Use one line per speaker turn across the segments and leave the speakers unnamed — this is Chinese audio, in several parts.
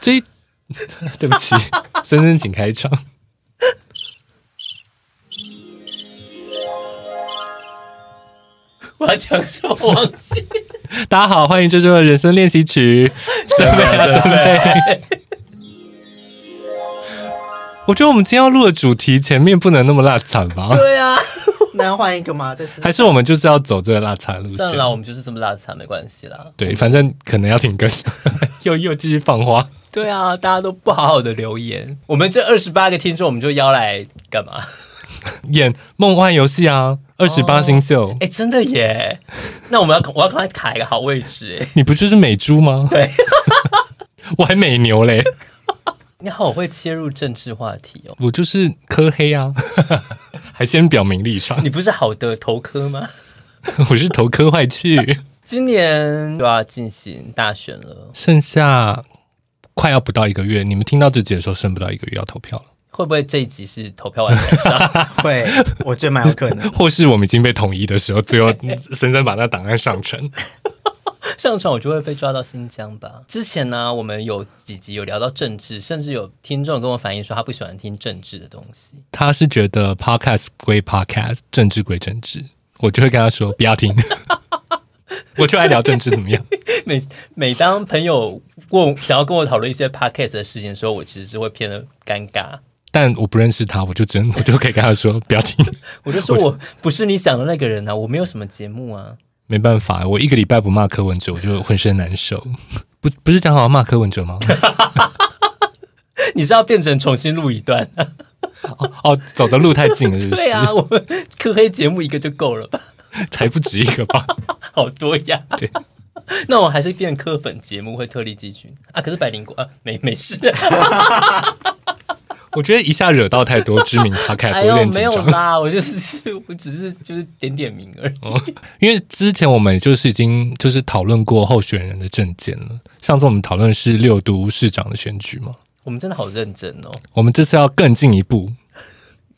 这一 对不起， 森森，请开场。
我要讲什么忘记？
大家好，欢迎这周的人生练习曲，森贝啊，森贝。我觉得我们今天要录的主题前面不能那么辣惨吧？
对 啊，
那换一个嘛，但是
还是我们就是要走这个辣惨路
算了啦，
线？
我们就是这么拉惨，没关系啦。
对，反正可能要停更， 又又继续放花。
对啊，大家都不好好的留言，我们这二十八个听众，我们就邀来干嘛？
演《梦幻游戏》啊，二十八星宿，
哎、真的耶！那我们要我要赶快卡一个好位置哎。
你不就是美猪吗？
对，
我还美牛嘞，
你好会切入政治话题哦，
我就是科黑啊， 还先表明立场，
你不是好的头科吗？
我是投科坏去，
今 年就要啊进行大选了，
剩下快要不到一个月，你们听到这集的时候，剩不到一个月要投票了，
会不会这一集是投票完才上？
会，我觉得蛮有可能。
或是我们已经被统一的时候， 最后森森把那档案上传，
上传我就会被抓到新疆吧。之前呢，我们有几集有聊到政治，甚至有听众跟我反映说他不喜欢听政治的东西。
他是觉得 podcast 归 podcast，政治归政治，我就会跟他说不要听， 我就爱聊政治怎么样？
每每当朋友问想要跟我讨论一些 podcast 的事情的时候，我其实是会变得尴尬。
但我不认识他，我就真 我就可以跟他说不要听。
我就说我不是你想的那个人啊，我没有什么节目啊。
没办法，我一个礼拜不骂柯文哲，我就浑身难受。不，不是讲好要骂柯文 哲吗？
你是要变成重新录一段？啊
哦哦，走的路太近了，是不是？
对啊，我们科黑节目一个就够了吧？
才不止一个吧？
好多呀。
对，
那我还是变科粉节目会特立鸡群啊。可是百灵果啊，没没事。
我觉得一下惹到太多知 名 podcast，
哎
我有
呦，
点
没
紧
有
张。
啦，我就是 我只是就是点点名而已。
哦，因为之前我们就是已经就是讨论过候选人的证件了。上次我们讨论是六都市长的选举嘛，
我们真的好认真哦。
我们这次要更进一步。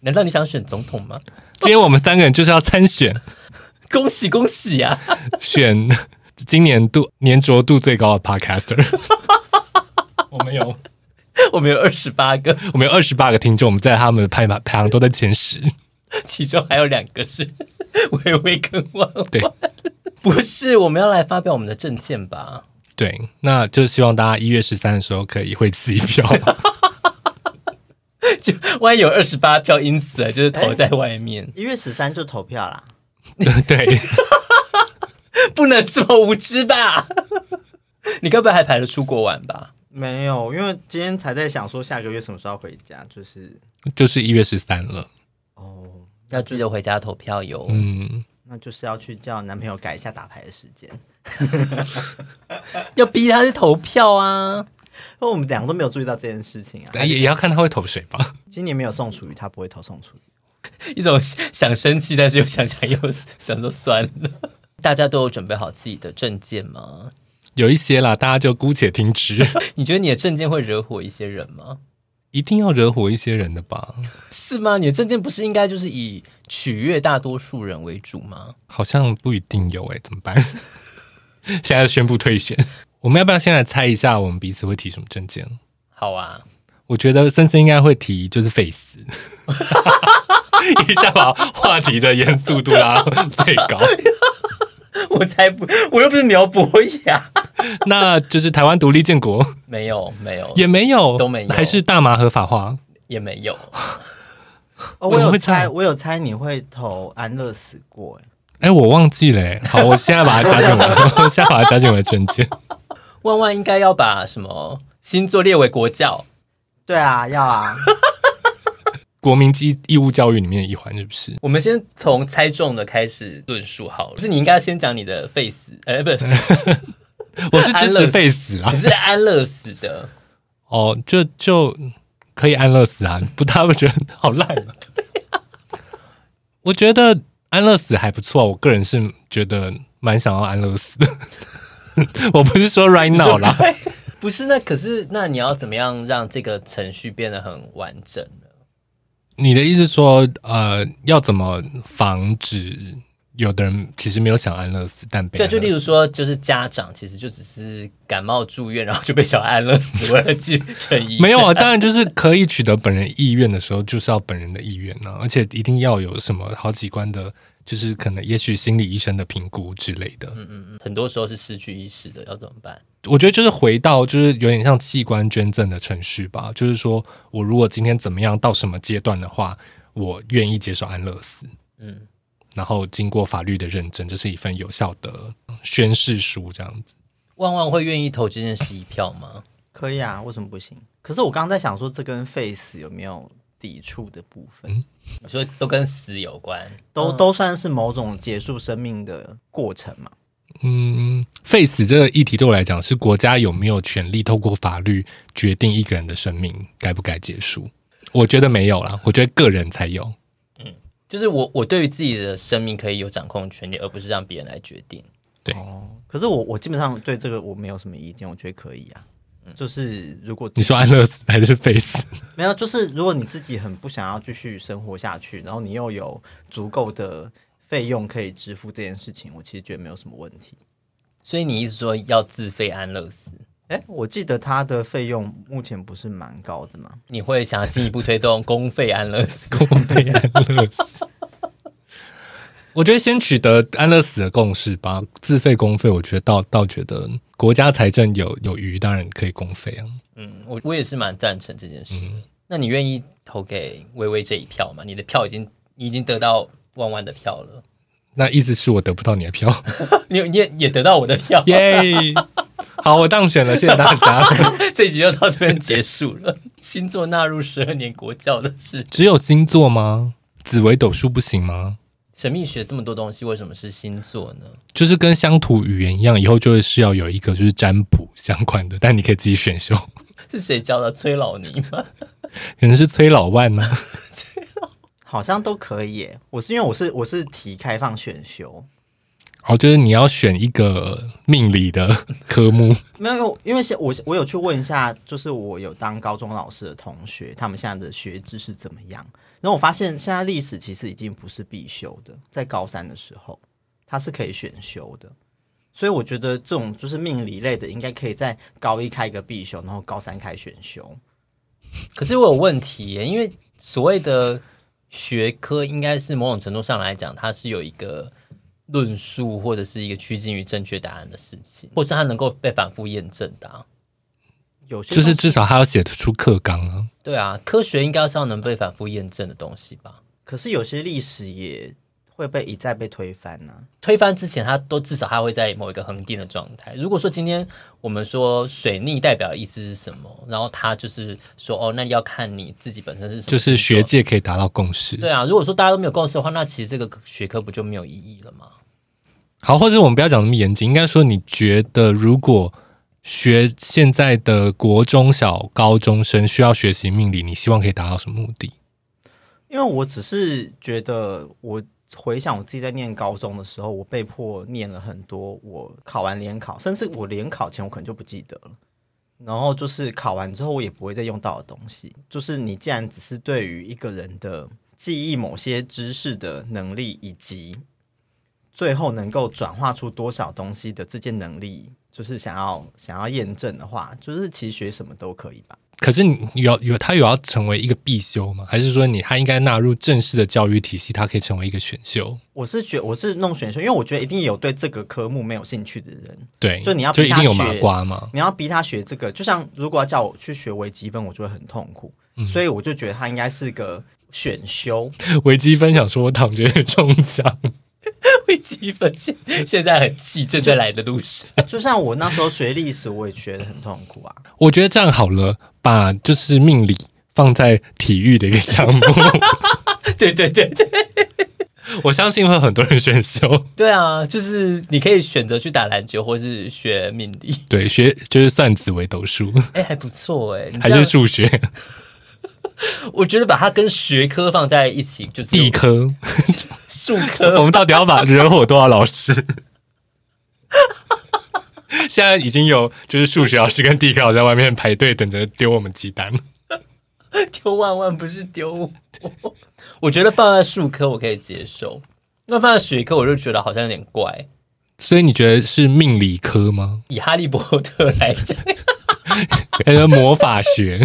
难道你想选总统吗？
今天我们三个人就是要参选，
恭喜恭喜呀、啊！
选今年度粘着度最高的 podcaster。我们有
我们有二十八个，
我们有二十八个听众，我们在他们的排排行都在前十。
其中还有两个是微微跟万万。
对
不是，我们要来发表我们的证件吧？
对，那就希望大家一月十三的时候可以会此一票。
就万一有二十八票，因此啊就是投在外面，
一月十三就投票啦，
对，哎
不能这么无知吧？ 你该不会还排了出国玩吧？
没有，因为今天才在想说下个月什么时候要回家，就是
就是一月十三了。
哦，
要记得回家投票哟。
嗯，
那就是要去叫男朋友改一下打牌的时间。
要逼他去投票啊！
因为哦我们两个都没有注意到这件事情啊，
但也也要看他会投谁吧。
今年没有宋楚瑜，他不会投宋楚瑜。
一种想生气，但是又想想又想说算了。 大家都有准备好自己的证件吗？
有一些啦，大家就姑且听之。
你觉得你的证件会惹火一些人吗？
一定要惹火一些人的吧？
是吗？你的证件不是应该就是以取悦大多数人为主吗？
好像不一定有诶、怎么办？ 现在宣布退选。我们要不要先来猜一下我们彼此会提什么证件？
好啊，
我觉得森森应该会提就是 face，一下把话题的严肃度拉到最高。
我才不，我又不是苗博雅。
那就是台湾独立建国
没有，没有，也
也没有，
都没有
还是大麻合法化。
没有。
怎
哦，我
么
有
会这
猜，
样
我有猜你会投安乐死过，哎，
哎，我忘记了欸。好，我现在把它加进我的，我 现在把它加进我的证件。
万万应该要把什么星座列为国教，
对啊，要啊，
国民义义务教育里面的一环是不是？
我们先从猜中的开始论述好了。就是你应该先讲你的 face，呃，不是，
我是支
安
持
乐死
face 啊
你。是安乐死的。
哦，就就可以安乐死啊？不，他们觉得好烂啊。我觉得安乐死还不错，啊我个人是觉得蛮想要安乐死 的。我不是说 right now 啦，
不是，那可是那你要怎么样让这个程序变得很完整呢？
你的意思说，呃，要怎么防止有的人其实没有想安乐死，但被
对，就
安乐
例
死
如说，就是家长其实就只是感冒住院，然后就被小孩安乐死，为了继承遗
没有啊，
产
当然就是可以取得本人意愿的时候，就是要本人的意愿呢、而且一定要有什么好几关的，就是可能也许心理医生的评估之类的。
很多时候是失去意识的，要怎么办？
我觉得就是回到就是有点像器官捐赠的程序吧，就是说我如果今天怎么样到什么阶段的话，我愿意接受安乐死，
嗯，
然后经过法律的认证，这是一份有效的宣誓书，这样子。
万万会愿意投这件事一票吗？
可以啊，为什么不行？可是我刚刚在想说，这跟 face 有没有抵触的部分，
你说都跟死有关，
都都算是某种结束生命的过程嘛？
嗯，face 这个议题对我来讲是国家有没有权利透过法律决定一个人的生命该不该结束？我觉得没有啦，我觉得个人才有。
就是我我对于自己的生命可以有掌控权利，而不是让别人来决定。
对
哦，可是我我基本上对这个我没有什么意见，我觉得可以啊。就是如果
你说安乐死还是 face？
没有，就是如果你自己很不想要继续生活下去，然后你又有足够的费用可以支付这件事情，我其实觉得没有什么问题。
所以你一直说要自费安乐死，
哎，我记得它的费用目前不是蛮高的嘛？
你会想要进一步推动公费安乐死？
公费安乐死。我觉得先取得安乐死的共识吧，自费公费，我觉得倒倒觉得国家财政有有余，当然可以公费啊。
嗯，我我也是蛮赞成这件事的。那你愿意投给微微这一票吗？你的票已经你已经得到万万的票了，
那意思是我得不到你的票，
你你也也得到我的 票。
耶、好，我当选了，谢谢大家。
这一集就到这边结束了。星座纳入十二年国教的事，
只有星座吗？紫微斗数不行吗？
神秘学这么多东西，为什么是星座呢？
就是跟乡土语言一样，以后就会是要有一个就是占卜相关的，但你可以自己选修，
是谁教的？崔老尼吗？
可能是崔老万呢、
好像都可以耶。我是因为我是我是提开放选修，
哦，就是你要选一个命理的科目，
没有，因为现我我有去问一下，就是我有当高中老师的同学，他们现在的学制是怎么样？然后我发现现在历史其实已经不是必修的，在高三的时候，它是可以选修的。所以我觉得这种就是命理类的，应该可以在高一开一个必修，然后高三开选修。
可是我有问题耶，因为所谓的学科，应该是某种程度上来讲，它是有一个论述或者是一个趋近于正确答案的事情，或是它能够被反复验证的、啊。
有些
就是
东西
至少他要写得出课纲啊。
对啊，科学应该是要能被反复验证的东西吧？
可是有些历史也会被一再被推翻呢、
推翻之前，它都至少它会在某一个恒定的状态。如果说今天我们说水逆代表的意思是什么，然后它就是说哦，那要看你自己本身是什么，
就是学。界可以达到共识。
对啊，如果说大家都没有共识的话，那其实这个学科不就没有意义了吗？
好，或者我们不要讲那么严谨，应该说你觉得如果学现在的国中小、高中生需要学习命理，你希望可以达到什么目的？
因为我只是觉得，我回想我自己在念高中的时候，我被迫念了很多。我考完联考，甚至我联考前我可能就不记得了。然后就是考完之后，我也不会再用到的东西。就是你既然只是对于一个人的记忆某些知识的能力，以及最后能够转化出多少东西的这件能力，就是想要想要验证的话，就是其实学什么都可以吧。
可是你有有他有要成为一个必修吗？还是说你他应该纳入正式的教育体系，它可以成为一个选修？
我是学我是弄选修，因为我觉得一定有对这个科目没有兴趣的人，
对，
就你要
就
逼
一
他
定有
学
麻瓜嘛？
你要逼他学这个，就像如果要叫我去学微积分，我就会很痛苦，
嗯
所以我就觉得他应该是个选修。
微积分想说，我躺着也中奖。
微积分现现在很气，正在来的路上。
就像我那时候学历史，我也学得很痛苦啊。
我觉得这样好了，把就是命理放在体育的一个项 目，
对对对对，
我相信会有很多人选修。
对啊，就是你可以选择去打篮球，或是学命理，
对，学就是算紫微斗数，
哎，还不错哎。你
还
这样
是数学、
我觉得把它跟学科放在一起，就是
地科，
数
我
科。
们到底要把惹火多少老师？ 现在已经有就是数学老师跟地科老师在外面排队等着丢我们鸡蛋。
丢万万不是丢我，我觉得放在数科我可以接受。那放在学科，我就觉得好像有点怪。
所以你觉得是命理科吗？
以哈利波特来讲，
还是魔法学？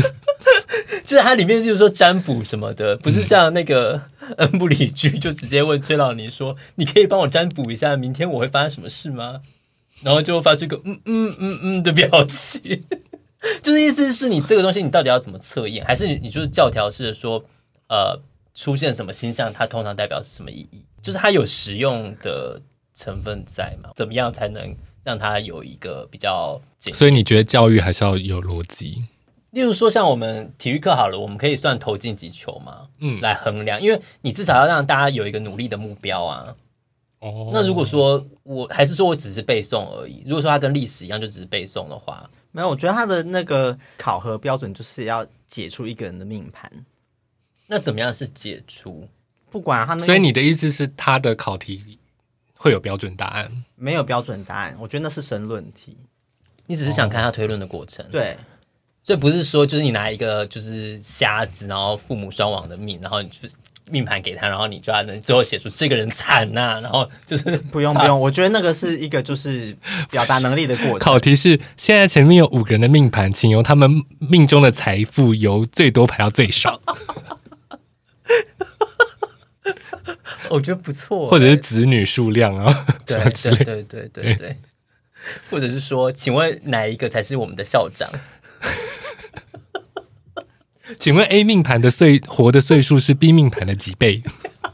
就是它里面就是说占卜什么的，不是像那个恩布里居就直接问崔老尼说：“你可以帮我占卜一下，明天我会发生什么事吗？”然后就发出一个嗯嗯嗯嗯的表情， 就是意思是你这个东西你到底要怎么测验，还是你你就是教条式的说，呃，出现什么星象，它通常代表是什么意义？就是它有实用的成分在嘛？怎么样才能让它有一个比较简
所以你觉得教育还是要有逻辑？
例如说，像我们体育课好了，我们可以算投进几球嘛，
嗯
来衡量，因为你至少要让大家有一个努力的目标啊。
嗯
哦
那如果说我还是说我只是背诵而已，如果说它跟历史一样，就只是背诵的话，
没有，我觉得他的那个考核标准就是要解出一个人的命盘，
那怎么样是解除？
不管他那个
所以你的意思是他的考题会有标准答案？
没有标准答案，我觉得那是申论题。
你只是想看他推论的过
嗯
程，，
哦对，
所以不是说就是你拿一个就是瞎子，然后父母双亡的命，然后你就是命盘给他，然后你就要能最后写出这个人惨呐、然后就是哦
不用不
啊
用，我觉得那个是一个就是表达能力的过 程。
考题是现在前面有五个人的命盘，请由他们命中的财富由最多排到最少，
我觉得不错欸，
或者是子女数量啊什
对
么之
对
类的。
对对对对， 或者是说，请问哪一个才是我们的校长？
请问 A 命盘的岁活的岁数是 B 命盘的几倍？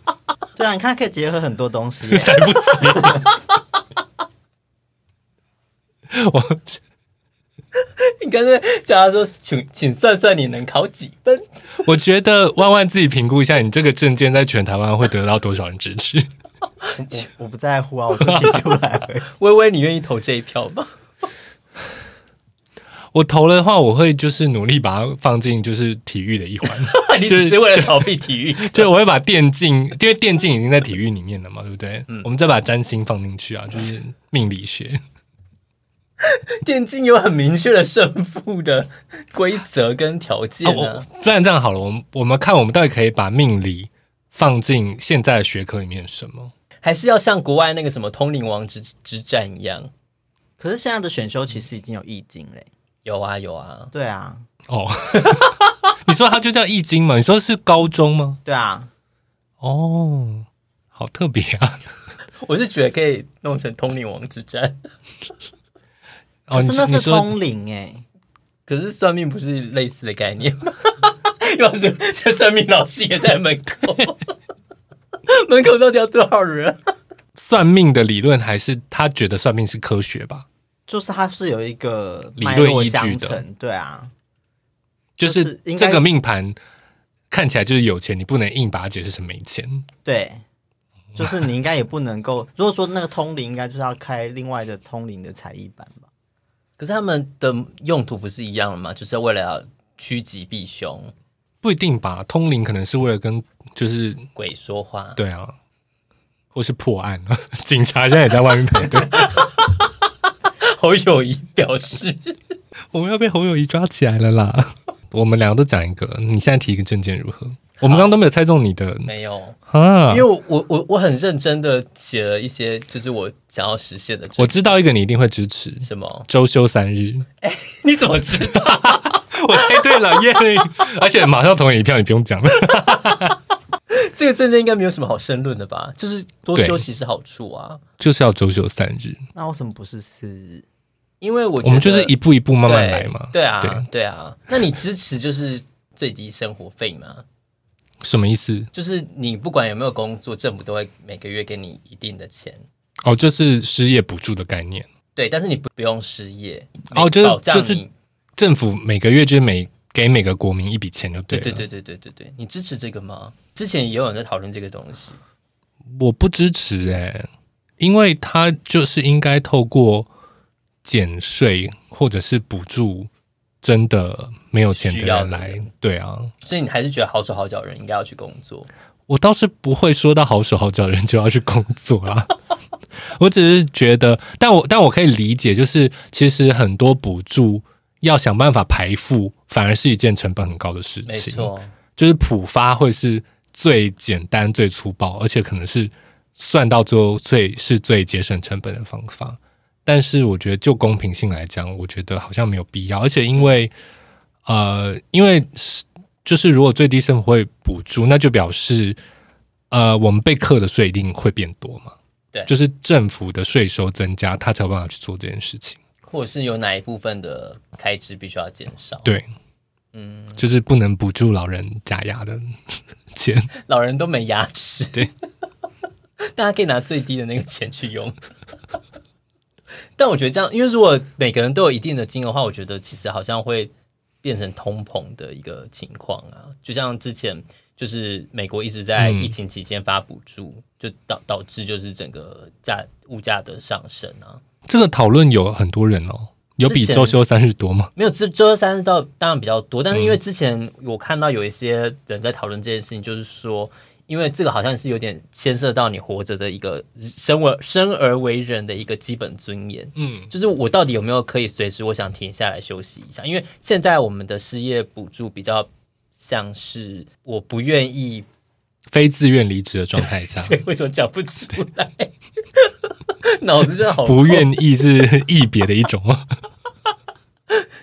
对啊，你看可以结合很多东西耶。
对不起，我
你刚才叫他说，请请算算你能考几分？
我觉得万万自己评估一下，你这个证件在全台湾会得到多少人支持？
我 我我不在乎啊，我就提出来而已。
微微，你愿意投这一票吗？
我投了的话，我会就是努力把它放进就是体育的一环，
你只是为了逃避体育？
就我会把电竞，因为电竞已经在体育里面了嘛，对不对？我们再把占星放进去啊，就是命理学。
电竞有很明确的胜负的规则跟条件
啊
啊
我。不然这样好了，我们我们看我们到底可以把命理放进现在的学科里面什么？
还是要像国外那个什么《通灵王之之战》一样？
可是现在的选修其实已经有易经嘞。
有啊有啊，
对啊，
哦，你说它就叫易经嘛？你说是高中吗？
对啊，
哦，好特别 啊！
我是觉得可以弄成《通灵王之战》，
哦，
可
你
是那
说你
是
说
通灵哎，
可是算命不是类似的概念吗？ 要是这算命老师也在门口， 门口到底要多少人？啊
算命的理论还是他觉得算命是科学吧？
就是它是有一个
理
脉
论
络
依据
相
的
承。对啊，
就
就是
是
应该
这个命盘看起来就是有钱，你不能硬把它解释成没钱。
对，就是你应该也不能 够，如果说那个通灵，应该就是要开另外的通灵的才艺班吧？
可是他们的用途不是一样的吗？就是为了要趋吉避凶，
不一定吧，通灵可能是为了跟就是
鬼说 话。
对啊，或是破案 啊，警察现在也在外面排队，
侯友谊表示，
我们要被侯友谊抓起来了啦。 我们两个都讲一个，你现在提一个证件如何？我们刚刚都没有猜中你的
没有，
啊
因为，我我我我很认真的写了一些，就是我想要实现的
我知道一个你一定会支持，
什么？
周休三日。
你怎么知道？
我猜对了，耶！而且马上投你一票，你不用讲了。
这个证件应该没有什么好申论的吧？就是多
对
休息是好处啊，
就是要周休三日，
那为什么不是四日？
因为我
我们
觉
就
得
是一步一步慢慢来嘛。
对对啊
对
对啊。那你支持就是最低生活费吗？
什么意思？
就是你不管有没有工作，政府都会每个月给你一定的钱。
哦，就是失业补助的概念，
对，但是你不不用失业
哦就是
保障
就是
你
政府每个月就是每给每个国民一笔钱就对啊
对
了。
对对对对对对，你支持这个吗？之前也有人在讨论这个东西，
我不支持哎、因为他就是应该透过减税或者是补助，真的没有钱的
需要
人
的
来
人。
对啊，
所以你还是觉得好手好脚的人应该要去工作。
我倒是不会说到好手好脚的人就要去工作啦。 我只是觉得，但我但我可以理解，就是其实很多补助要想办法排付，反而是一件成本很高的事
没
情。
错，
就是普发会是最简单、最粗暴，而且可能是算到最后最是最节省成本的方法。但是我觉得就公平性来讲，我觉得好像没有必要，而且因为呃，因为是就是如果最低生活会补助，那就表示呃我们被课的税一定会变多嘛。
对
就是政府的税收增加，他才有办法去做这件事情。
或者是有哪一部分的开支必须要减少？
对，
嗯，
就是不能补助老人假牙的 钱。
老人都没牙齿，
对，
大家可以拿最低的那个钱去用。 但我觉得这样，因为如果每个人都有一定的金额的话，我觉得其实好像会变成通膨的一个情况啊。就像之前就是美国一直在
嗯
疫情期间发补助，就导导致就是整个价物价的上升啊。
这个讨论有很多人哦，有比
之前
周休三日多吗？
没有，这周三到当然比较多，但是因为之前我看到有一些人在讨论这件事情，就是说，因为这个好像是有点牵涉到你活着的一个生而生而为人的一个基本尊严，
嗯，
就是我到底有没有可以随时我想停下来休息一下？因为现在我们的失业补助比较像是我不愿意，，
非自愿离职的状态下
对，为什么讲不出来？ 脑子真的好
不
痛
愿意是异别的一 种吗？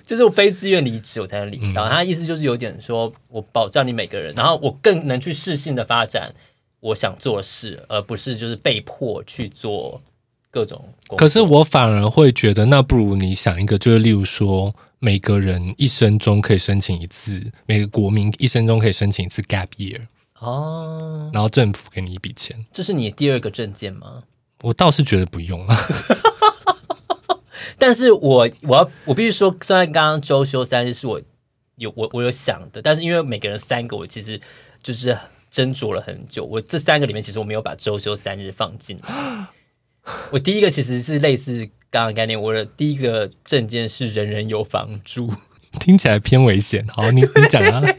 就是我非自愿离职，我才能
嗯
领到。他意思就是有点说，我保障你每个人，然后我更能去适性的发展我想做的事，而不是就是被迫去做各种工作。
可是我反而会觉得，那不如你想一个，就是例如说，每个人一生中可以申请一次，每个国民一生中可以申请一次 gap year，
哦，
然后政府给你一笔钱。
这是你第二个证件吗？
我倒是觉得不用啊，
但是我我要我必须说，虽然刚刚周休三日是我有我我有想的，但是因为每个人三个，我其实就是斟酌了很久。我这三个里面，其实我没有把周休三日放进来。 我第一个其实是类似刚刚的概念，我的第一个证件是人人有房住，
听起来偏危险。好，你你讲
呃
啊，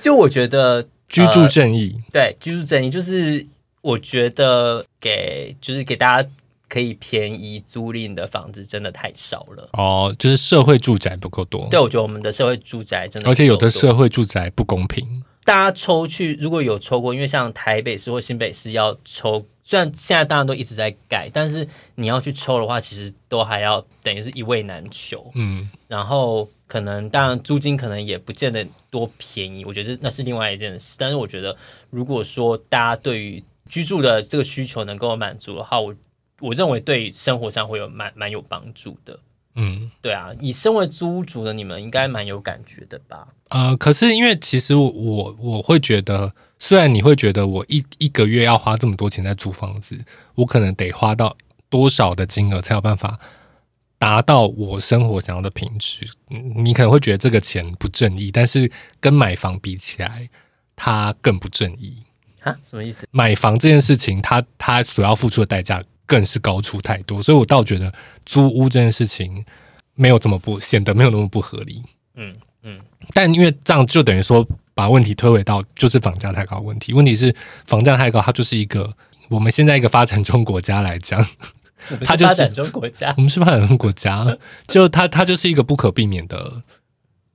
就我觉得
居住正义，
对居住正义，就是我觉得给就是给大家可以便宜租赁的房子真的太少了。
哦，就是社会住宅不够多，
对，我觉得我们的社会住宅真的
而且有的
不够多
社会住宅不公平。
大家抽去，如果有抽过，因为像台北市或新北市要抽，虽然现在当然都一直在改，但是你要去抽的话，其实都还要等于是一位难求。
嗯，
然后可能当然租金可能也不见得多便宜，我觉得这那是另外一件事。但是我觉得，如果说大家对于居住的这个需求能够满足的话，我我认为对生活上会有蛮蛮有帮助的。
嗯。
对啊，以身为租屋族的你们，应该蛮有感觉的吧？
呃，可是因为其实我我我会觉得，虽然你会觉得我一一个月要花这么多钱在租房子，我可能得花到多少的金额才有办法达到我生活想要的品质，嗯你可能会觉得这个钱不正义，但是跟买房比起来，它更不正义。
啊，什么意思？
买房这件事情，它它所要付出的代价更是高出太多，所以我倒觉得租屋这件事情没有这么不显得没有那么不合理。
嗯嗯。
但因为这样就等于说把问题推回到就是房价太高的问题。问题是房价太高，它就是一个我们现在一个发展中国家来讲，
我们
它
是
就是
发展中国家
我们是发展中国家， 就它它就是一个不可避免的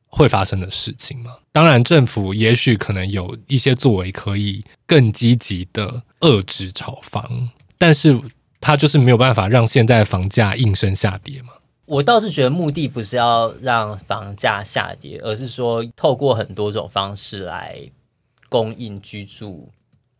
会发生的事情嘛。当然，政府也许可能有一些作为可以更积极的遏制炒房，但是它就是没有办法让现在的房价应声下跌嘛。
我倒是觉得目的不是要让房价下跌，而是说透过很多种方式来供应居住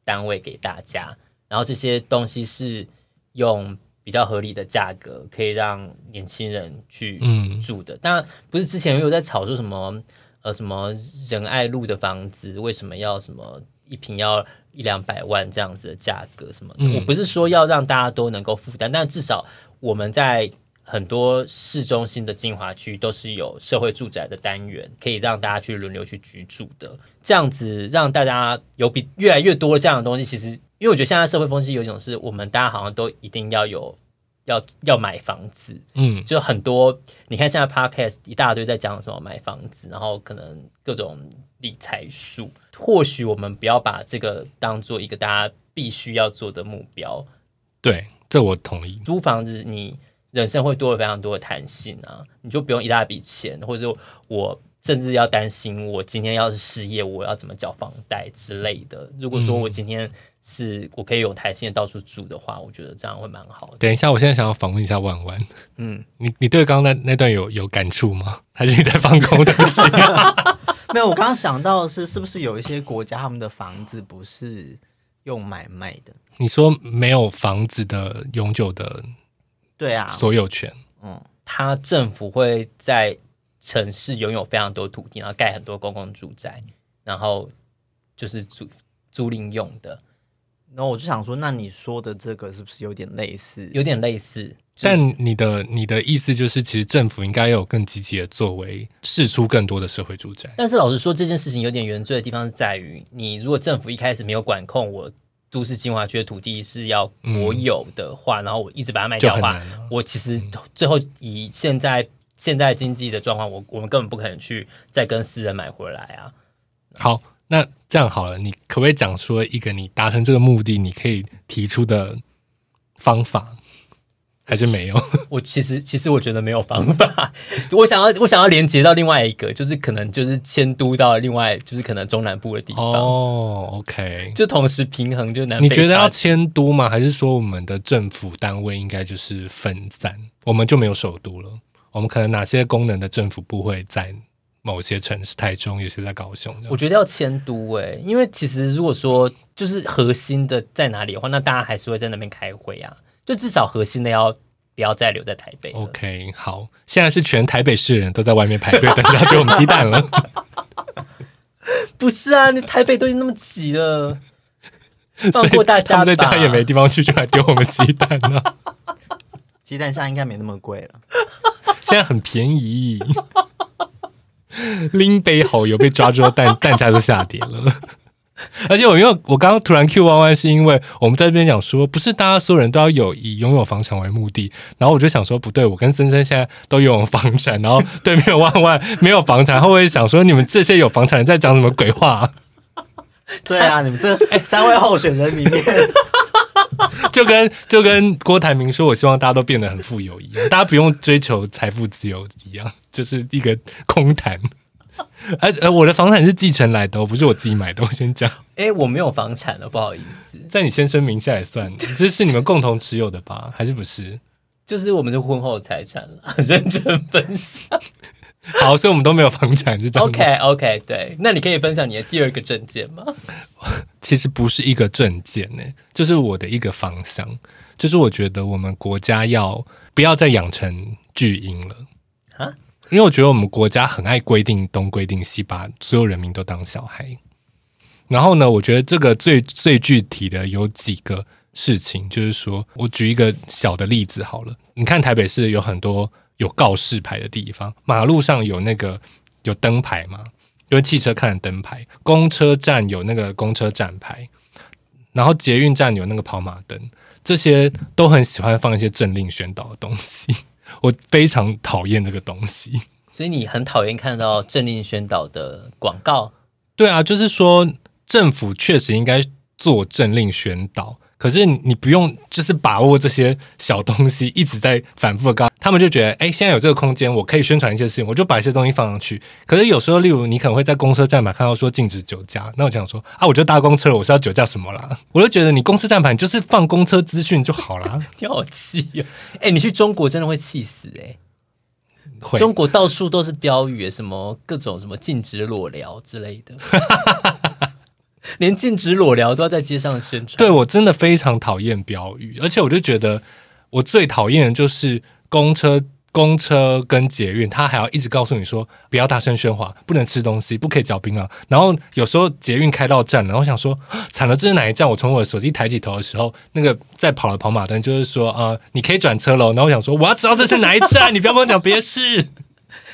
单位给大家，然后这些东西是用比较合理的价格可以让年轻人去
嗯
住的。当然不是之前有在炒作什么呃什么仁爱路的房子为什么要什么一平要一两百万这样子的价格什么的。
嗯
我不是说要让大家都能够负担，但至少我们在很多市中心的精华区都是有社会住宅的单元，可以让大家去轮流去居住的。这样子让大家有比越来越多这样的东西，其实因为我觉得现在社会风气有一种是我们大家好像都一定要有要要买房子，
嗯，
就很多，你看现在 podcast 一大堆在讲什么买房子，然后可能各种理财术。或许我们不要把这个当做一个大家必须要做的目标。
对，这我同意。
租房子，你人生会多了非常多的弹性啊，你就不用一大笔钱，或者我甚至要担心我今天要是失业，我要怎么缴房贷之类的。如果说我今天是我可以有弹性的到处住的话，我觉得这样会蛮好的。
等一下，我现在想要访问一下万万，
嗯，
你你对刚刚那那段有有感触吗？还是你在放空？对不起，
没有，我刚刚想到的是，是不是有一些国家他们的房子不是用买卖的？
你说没有房子的永久的
对啊，
所有权，
嗯，
他政府会在城市拥有非常多土地，然后盖很多公共住宅，然后就是租租赁用的，
然后我就想说，那你说的这个是不是有点类似？
有点类似。就是
但你的你的意思就是，其实政府应该有更积极的作为，释出更多的社会住宅。
但是老实说，这件事情有点原罪的地方是在于，你如果政府一开始没有管控我都市精华区的土地是要国有的话，然后我一直把它卖掉的
就
话
很难了，
我其实最后以现在现在经济的状况，我我们根本不可能去再跟私人买回来啊。
好，那这样好了，你可不可以讲说一个你达成这个目的，你可以提出的方法，还是没有？
我其实其实我觉得没有方法，我想要我想要连接到另外一个，就是可能就是迁都到另外就是可能中南部的地方，
哦，OK，
就同时平衡就南 北
你觉得
差
要
距
迁都吗？还是说我们的政府单位应该就是分散，我们就没有首都了？我们可能哪些功能的政府部会在某些城市，台中，有些在高雄这样
我觉得要迁都诶、因为其实如果说就是核心的在哪里的话，那大家还是会在那边开会啊。就至少核心的要不要再留在台北了
OK，好，现在是全台北市人都在外面排队等着要给我们鸡蛋了。
不是啊，你台北都已经那么挤了，
所
放
以
过大
他
家吧。
们在家也没地方去，就来丢我们鸡蛋了、
鸡蛋现在应该没那么贵了。
现在很便宜。拎杯好友被抓之后，蛋蛋价就下跌了。而且我因为我刚刚突然 Q 弯弯，是因为我们在这边讲说，不是大家所有人都要有以拥有房产为目的。然后我就想说，不对，我跟森森现在都拥有房产，然后对面弯弯没有房产，会不会想说你们这些有房产人在讲什么鬼话啊、
对啊，你们 这三位候选人里面，
就跟就跟郭台铭说，我希望大家都变得很富有一样，大家不用追求财富自由一样，就是一个空谈。而、呃、我的房产是继承来的哦，不是我自己买的。我先讲，
哎、我没有房产了，不好意思，
在你先生名下也算，这是你们共同持有的吧？还是不是？
就是我们是婚后财产了， 很认真分享。
好，所以我们都没有房产，就这样。
OK OK，对，那你可以分享你的第二个证件吗？
其实不是一个证件呢、就是我的一个方向，就是我觉得我们国家要不要再养成巨婴了
啊？
因为我觉得我们国家很爱规定东规定西，把所有人民都当小孩。然后呢，我觉得这个最最具体的有几个事情，就是说我举一个小的例子好了。你看台北市有很多有告示牌的地方，马路上有那个有灯牌嘛，就是汽车看的灯牌，公车站有那个公车站牌，然后捷运站有那个跑马灯，这些都很喜欢放一些政令宣导的东西。 我非常讨厌这个东西。
所以你很讨厌看到政令宣导的广告，
对啊，就是说政府确实应该做政令宣导，可是你你不用就是把握这些小东西，一直在反复的告 他们就觉得，哎，现在有这个空间，我可以宣传一些事情，我就把一些东西放上去。可是有时候，例如你可能会在公车站牌看到说禁止酒驾，那我就想说啊，我就搭公车了，我是要酒驾什么啦？ 我就觉得你公车站牌你就是放公车资讯就好啦。
你好气哟、哎、你去中国真的会气死哎、
会
中国到处都是标语，什么各种什么禁止裸聊之 类的，连禁止裸聊都要在街上宣传。
对，我真的非常讨厌标语，而且我就觉得我最讨厌的就是公车、公车跟捷运，它还要一直告诉你说不要大声喧哗，不能吃东西，不可以嚼槟榔。然后有时候捷运开到站，然后想说 啊惨了，这是哪一站？我从我的手机抬起头的时候，那个在跑的跑马灯就是说啊、呃你可以转车喽。然后我想说我要知道这是哪一站，你不要跟我讲别的事。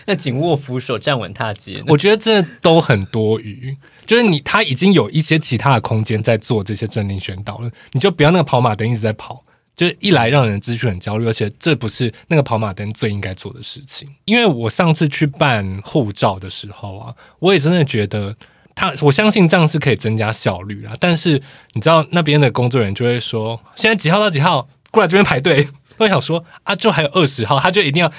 那紧握扶手，站稳踏阶。
我觉得这都很多余。就是你，他已经有一些其他的空间在做这些政令宣导了，你就不要那个跑马灯一直在跑，就是一来让人资讯很焦虑，而且这不是那个跑马灯最应该做的事情。因为我上次去办护照的时候啊，我也真的觉得他，我相信这样是可以增加效率啦。但是你知道那边的工作人员就会 说，现在几号到几号过来这边排队，我想说啊，就还有二十号，他就一定要。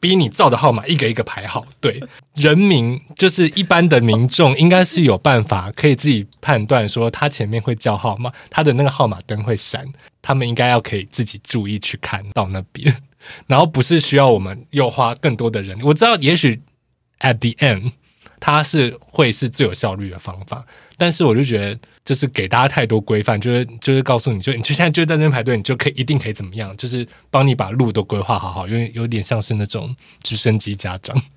逼你照着号码一个一个排好。对，人民就是一般的民众，应该是有办法可以自己判断说他前面会叫号码，他的那个号码灯会闪，他们应该要可以自己注意去看到那边， 然后不是需要我们又花更多的人力。我知道，也许 at the end 它是会是最有效率的方法，但是我就觉得就是给大家太多规范，就是就是告诉你就你就现在就在那边排队，你就可以一定可以怎么样，就是帮你把路都规划好好，有点有点像是那种直升机家长。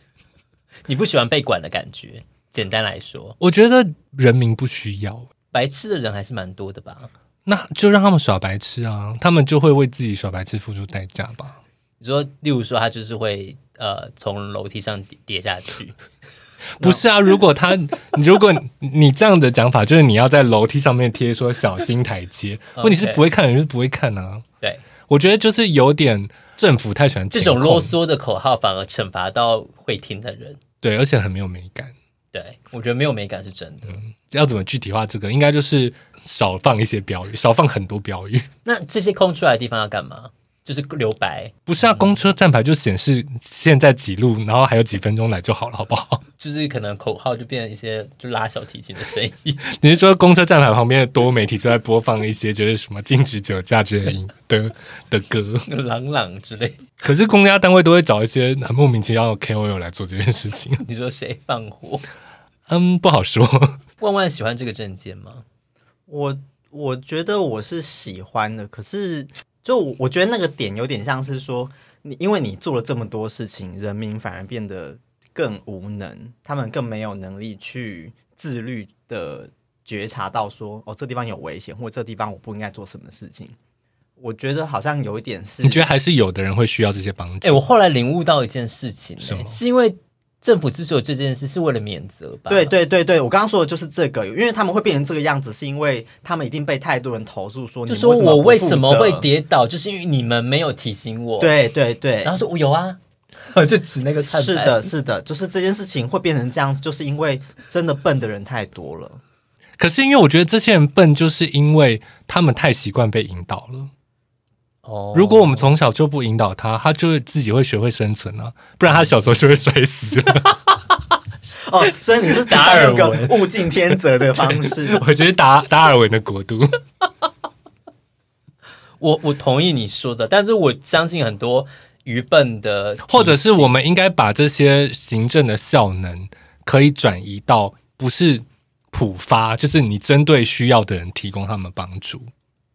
你不喜欢被管的感觉。简单来说，
我觉得人民不需要，
白痴的人还是蛮多的吧？
那就让他们耍白痴啊，他们就会为自己耍白痴付出代价吧。
你说，例如说，他就是会呃从楼梯上跌跌下去，
不是啊，如果他 你如果你你这样的讲法，就是你要在楼梯上面贴说小心台阶，
OK
问题是不会看的人就是不会看啊。
对，
我觉得就是有点政府太喜欢
这种
填空
啰，嗦的口号反而惩罚到会听的人。
对，而且很没有美感。
对我觉得没有美感是真的。
嗯
要怎么具体化这个？应该就是少放一些标语，少放很多标语。
那这些空出来的地方要干嘛？就是留白，
不是啊，公车站牌就显示现在几路，然后还有几分钟来就好了，好不好？
就是可能口号就变成一些就拉小提琴的声音。
你是说公车站牌旁边的多媒体就在播放一些就是什么禁止酒驾之类的的歌？
朗朗之类。
可是公家单位都会找一些很莫名其妙的 KOL 来做这件事情。
你说谁放火？
嗯，不好说。
万万喜欢这个证件吗？
我我觉得我是喜欢的，可是就我我觉得那个点有点像是说，你因为你做了这么多事情，人民反而变得更无能，他们更没有能力去自律的觉察到说，哦，这地方有危险，或者这地方我不应该做什么事情。我觉得好像有一点是
你，觉得还是有的人会需要这些帮
哎、
助？
我后来领悟到一件事情、
什么
欸，是因为政府之所以有这件事是为了免责吧？
对对对对，我刚刚说的就是这个，因为他们会变成这个样子，是因为他们一定被太多人投诉说，
就
你
说我
不
为
负
什么
责
会？跌倒，就是因为你们没有提醒我。，
对对对
然，后说我有啊， 我就指那个看板
是的，，是的，就是这件事情会变成这样，就是因为真的笨的人太多了。
可是因为我觉得这些人笨，就是因为他们太习惯被引导了。
哦
如果我们从小就不引导他，他就会自己会学会生存啊，不然他小时候就会摔死了。。
哦，所以你是
达尔
用一个
文
物竞天择的方式
我觉得达达尔文的国度，
我我同意你说的，但是我相信很多愚笨的提醒，
或者是我们应该把这些行政的效能可以转移到不是普发，就是你针对需要的人提供他们帮助。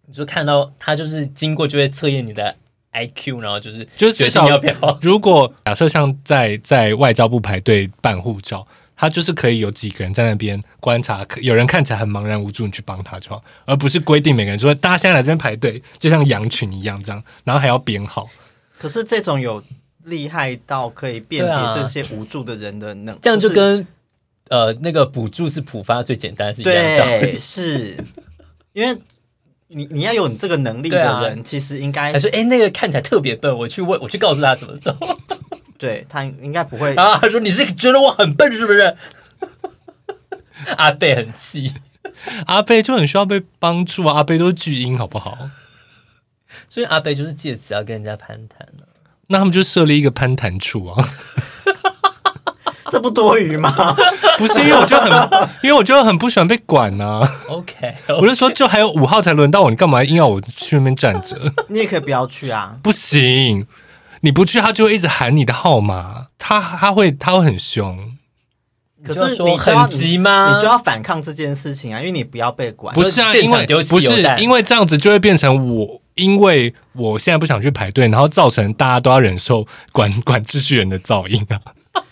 你就看到他就是经过就会测验你的 IQ，然后就是
就是至
决定
少
要不要
如果假设像在在外交部排队办护照，他就是可以有几个人在那边观察，可有人看起来很茫然无助，你去帮他就好，而不是规定每个人说大家现在来这边排队，就像羊群一样这样，然后还要编号。
可是这种有厉害到可以辨
对啊
别这些无助的人的能，
这样就是跟、呃那个补助是普发最简单是一样的道理。
对，是因为你你要有你这个能力的
对啊
人，其实应该
还说哎、诶那个看起来特别笨，我去问，我去告诉他怎么走。
对他应该不会
然后他说：“你是觉得我很笨是不是？”阿贝很气，
阿贝就很需要被帮助啊，阿贝都是巨婴好不好？
所以阿贝就是借此要跟人家攀谈了。
那他们就设立一个攀谈处啊，
这不多余吗？
不是因为我就很， 因为我就很不喜欢被管啊。
OK，
我就说，就还有五号才轮到我，你干嘛硬要我去那边站着？
你也可以不要去啊。
不行，你不去，他就会一直喊你的号码，他他会他会很凶，
可
就是说
你就要
很急吗
你就要反抗这件事情啊，因为你不要被管。
不是啊？
就现
因
场
为
丢
不
汽油
是
弹
因为这样子就会变成我，因为我现在不想去排队，然后造成大家都要忍受管 管秩序人的噪音啊。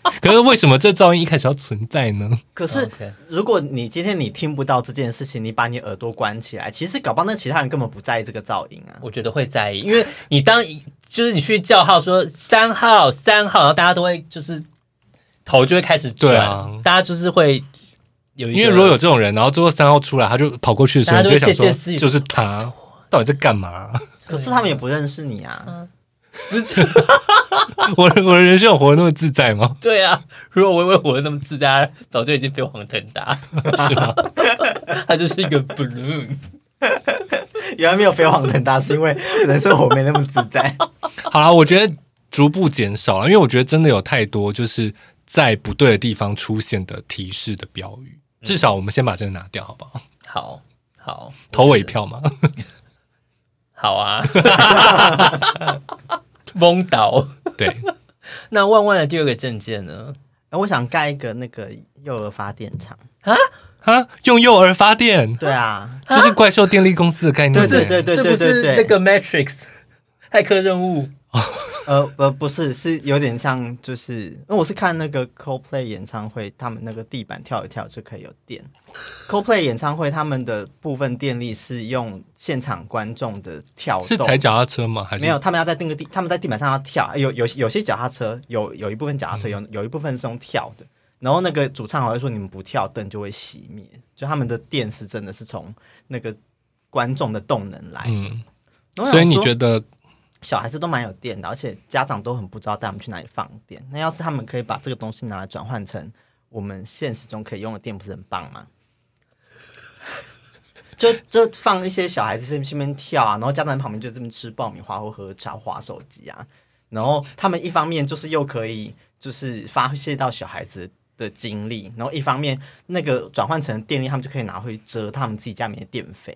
可是为什么这噪音一开始要存在呢？
可是
OK
如果你今天你听不到这件事情，你把你耳朵关起来，其实搞不好那其他人根本不在意这个噪音啊。
我觉得会在意，因
啊
为你当就是你去叫号说三号三号，然后大家都会就是头就会开始转，
对啊
大家就是会有一个
因为如果有这种人，然后最后三号出来，他就跑过去的时候，
大
你
家
就会
都会
想
窃窃私
说，
语
就是他到底在干嘛？
可是他们也不认识你啊。
我我的人生有活得那么自在 吗？
对啊，如果我以为我那么自大，早就已经飞黄腾达，
是吗？
他就是一个 balloon。
原来没有飞黄腾达，是因为人生活没那么自在。
好了，我觉得逐步减少了，因为我觉得真的有太多就是在不对的地方出现的提示的标语。至少我们先把这个拿掉，好不好？
好好
投尾票嘛，
好啊， 懵倒。
对，
那万万的第二个证件呢？
哎，我想盖一个那个幼儿发电厂。
啊，用幼儿发电，
对啊，
就是怪兽电力公司的概念。
对对对对
这不
对
是
对对，
那个 Matrix 骇客任务
呃呃不是，是有点像就是，因为我是看那个 CoPlay 演唱会，他们那个地板跳一跳就可以有电。CoPlay 演唱会他们的部分电力是用现场观众的跳动，
是踩脚踏车吗？还是
没有，他们要在那个地，他们在地板上要跳，有有有些脚踏车，有有一部分脚踏车，
嗯
有有一部分是用跳的。然后那个主唱还会说：“你们不跳，灯就会熄灭。”就他们的电是真的是从那个观众的动能来。
嗯，
然后我
所以
想
你
说
觉得
小孩子都蛮有电的，而且家长都很不知道带他们去哪里放电。那要是他们可以把这个东西拿来转换成我们现实中可以用的电，不是很棒吗？ 就就放一些小孩子在那边跳啊，然后家长在旁边就这边吃爆米花或喝茶、划手机啊，然后他们一方面就是又可以就是发泄到小孩子的精力，然后一方面那个转换成电力，他们就可以拿回折他们自己家里面的电费。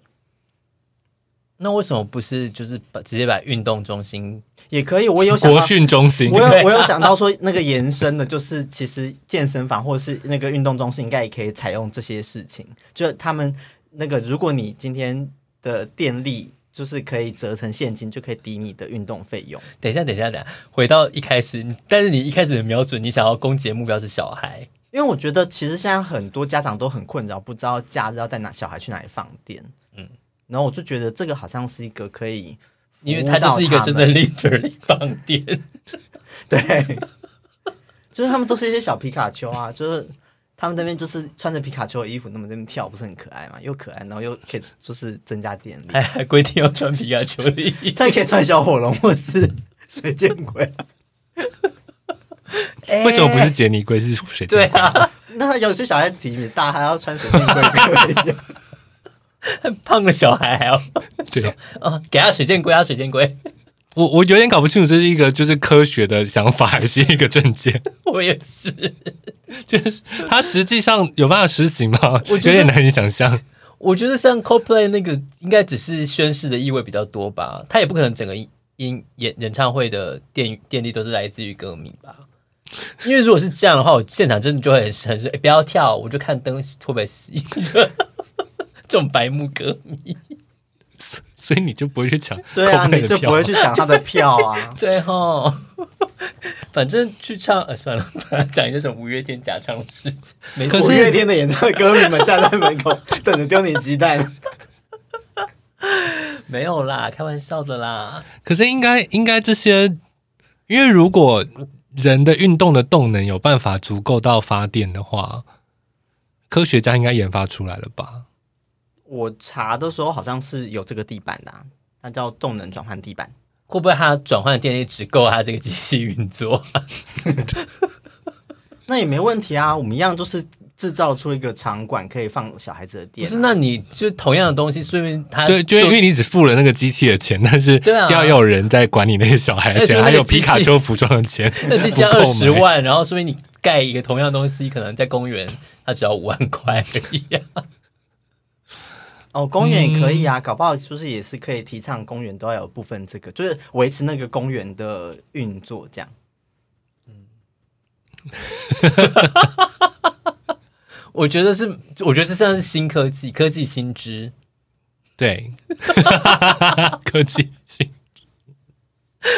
那为什么不是就是把直接把运动中心
也可以，我有想到
国训中心
我有我有想到说，那个延伸的，就是其实健身房或者是那个运动中心，应该也可以采用这些事情。就他们那个，如果你今天的电力就是可以折成现金，就可以抵你的运动费用。
等一下，等一下，等一下，回到一开始，你但是你一开始的瞄准，你想要攻击的目标是小孩，
因为我觉得其实现在很多家长都很困扰，不知道假日要带哪小孩去哪里放电。嗯，然后我就觉得这个好像是一个可以服务到们，
因为他就是一个真的 literally 放电。
对，就是他们都是一些小皮卡丘啊， 就是他们那边就是穿着皮卡丘的衣服，那么在那边跳，不是很可爱嘛？又可爱，然后又可以就是增加电力，
哎
还还哎规定要穿皮卡丘的衣服。
他也可以穿小火龙或是 水箭啊龟。
为什么不
哎
是杰尼龟是水
对
箭龟？
啊，
那他有些小孩子体型比大，还要穿水箭龟可以。
胖的小孩还要
对，
啊，给他水箭龟，他水箭龟，
我我有点搞不清楚，这是一个就是科学的想法，还是一个证件？
我也是。
就是它实际上有办法实行吗？我有
觉得
点难以想象。
我觉得像 CoPlay 那个，应该只是宣誓的意味比较多吧，他也不可能整个音演演唱会的电电力都是来自于歌迷吧。因为如果是这样的话，我现场真的就会很很说、诶不要跳，我就看灯会不会熄。 就这种白目歌迷，
所以你就不会去抢
对啊，
Coldplay
你
的
就
票
不会去抢他的票啊。
对吼， 反正去唱，呃，算了， 讲这种五月天假唱的事情。
没
可是
五月天的演唱会，歌迷们站在门口等着丢你鸡蛋。
没有啦，开玩笑的啦。
可是应该应该这些，因为如果人的运动的动能有办法足够到发电的话，科学家应该研发出来了吧？
我查的时候好像是有这个地板的、啊，它叫动能转换地板。
会不会他转换的电力只够他这个机器运作？
那也没问题啊，我们一样就是制造出一个场馆可以放小孩子的啊
不
电、
是，那你就同样的东西，顺便他
对，就因
做
为你只付了那个机器的钱，但是
啊对啊
要有人在管理那些小孩的
而且
钱，
那个
还有
机器
皮卡丘服装的钱，
那这些
不
二
够
十
买
万，然后所以你盖一个同样的东西，可能在公园它只要五万块而已、啊。
哦，公园也可以
嗯
啊，搞不好是不是也是可以提倡公园都要有部分这个，就是维持那个公园的运作这样。
我觉得是，我觉得这算是新科技，科技新知。
对， 科技性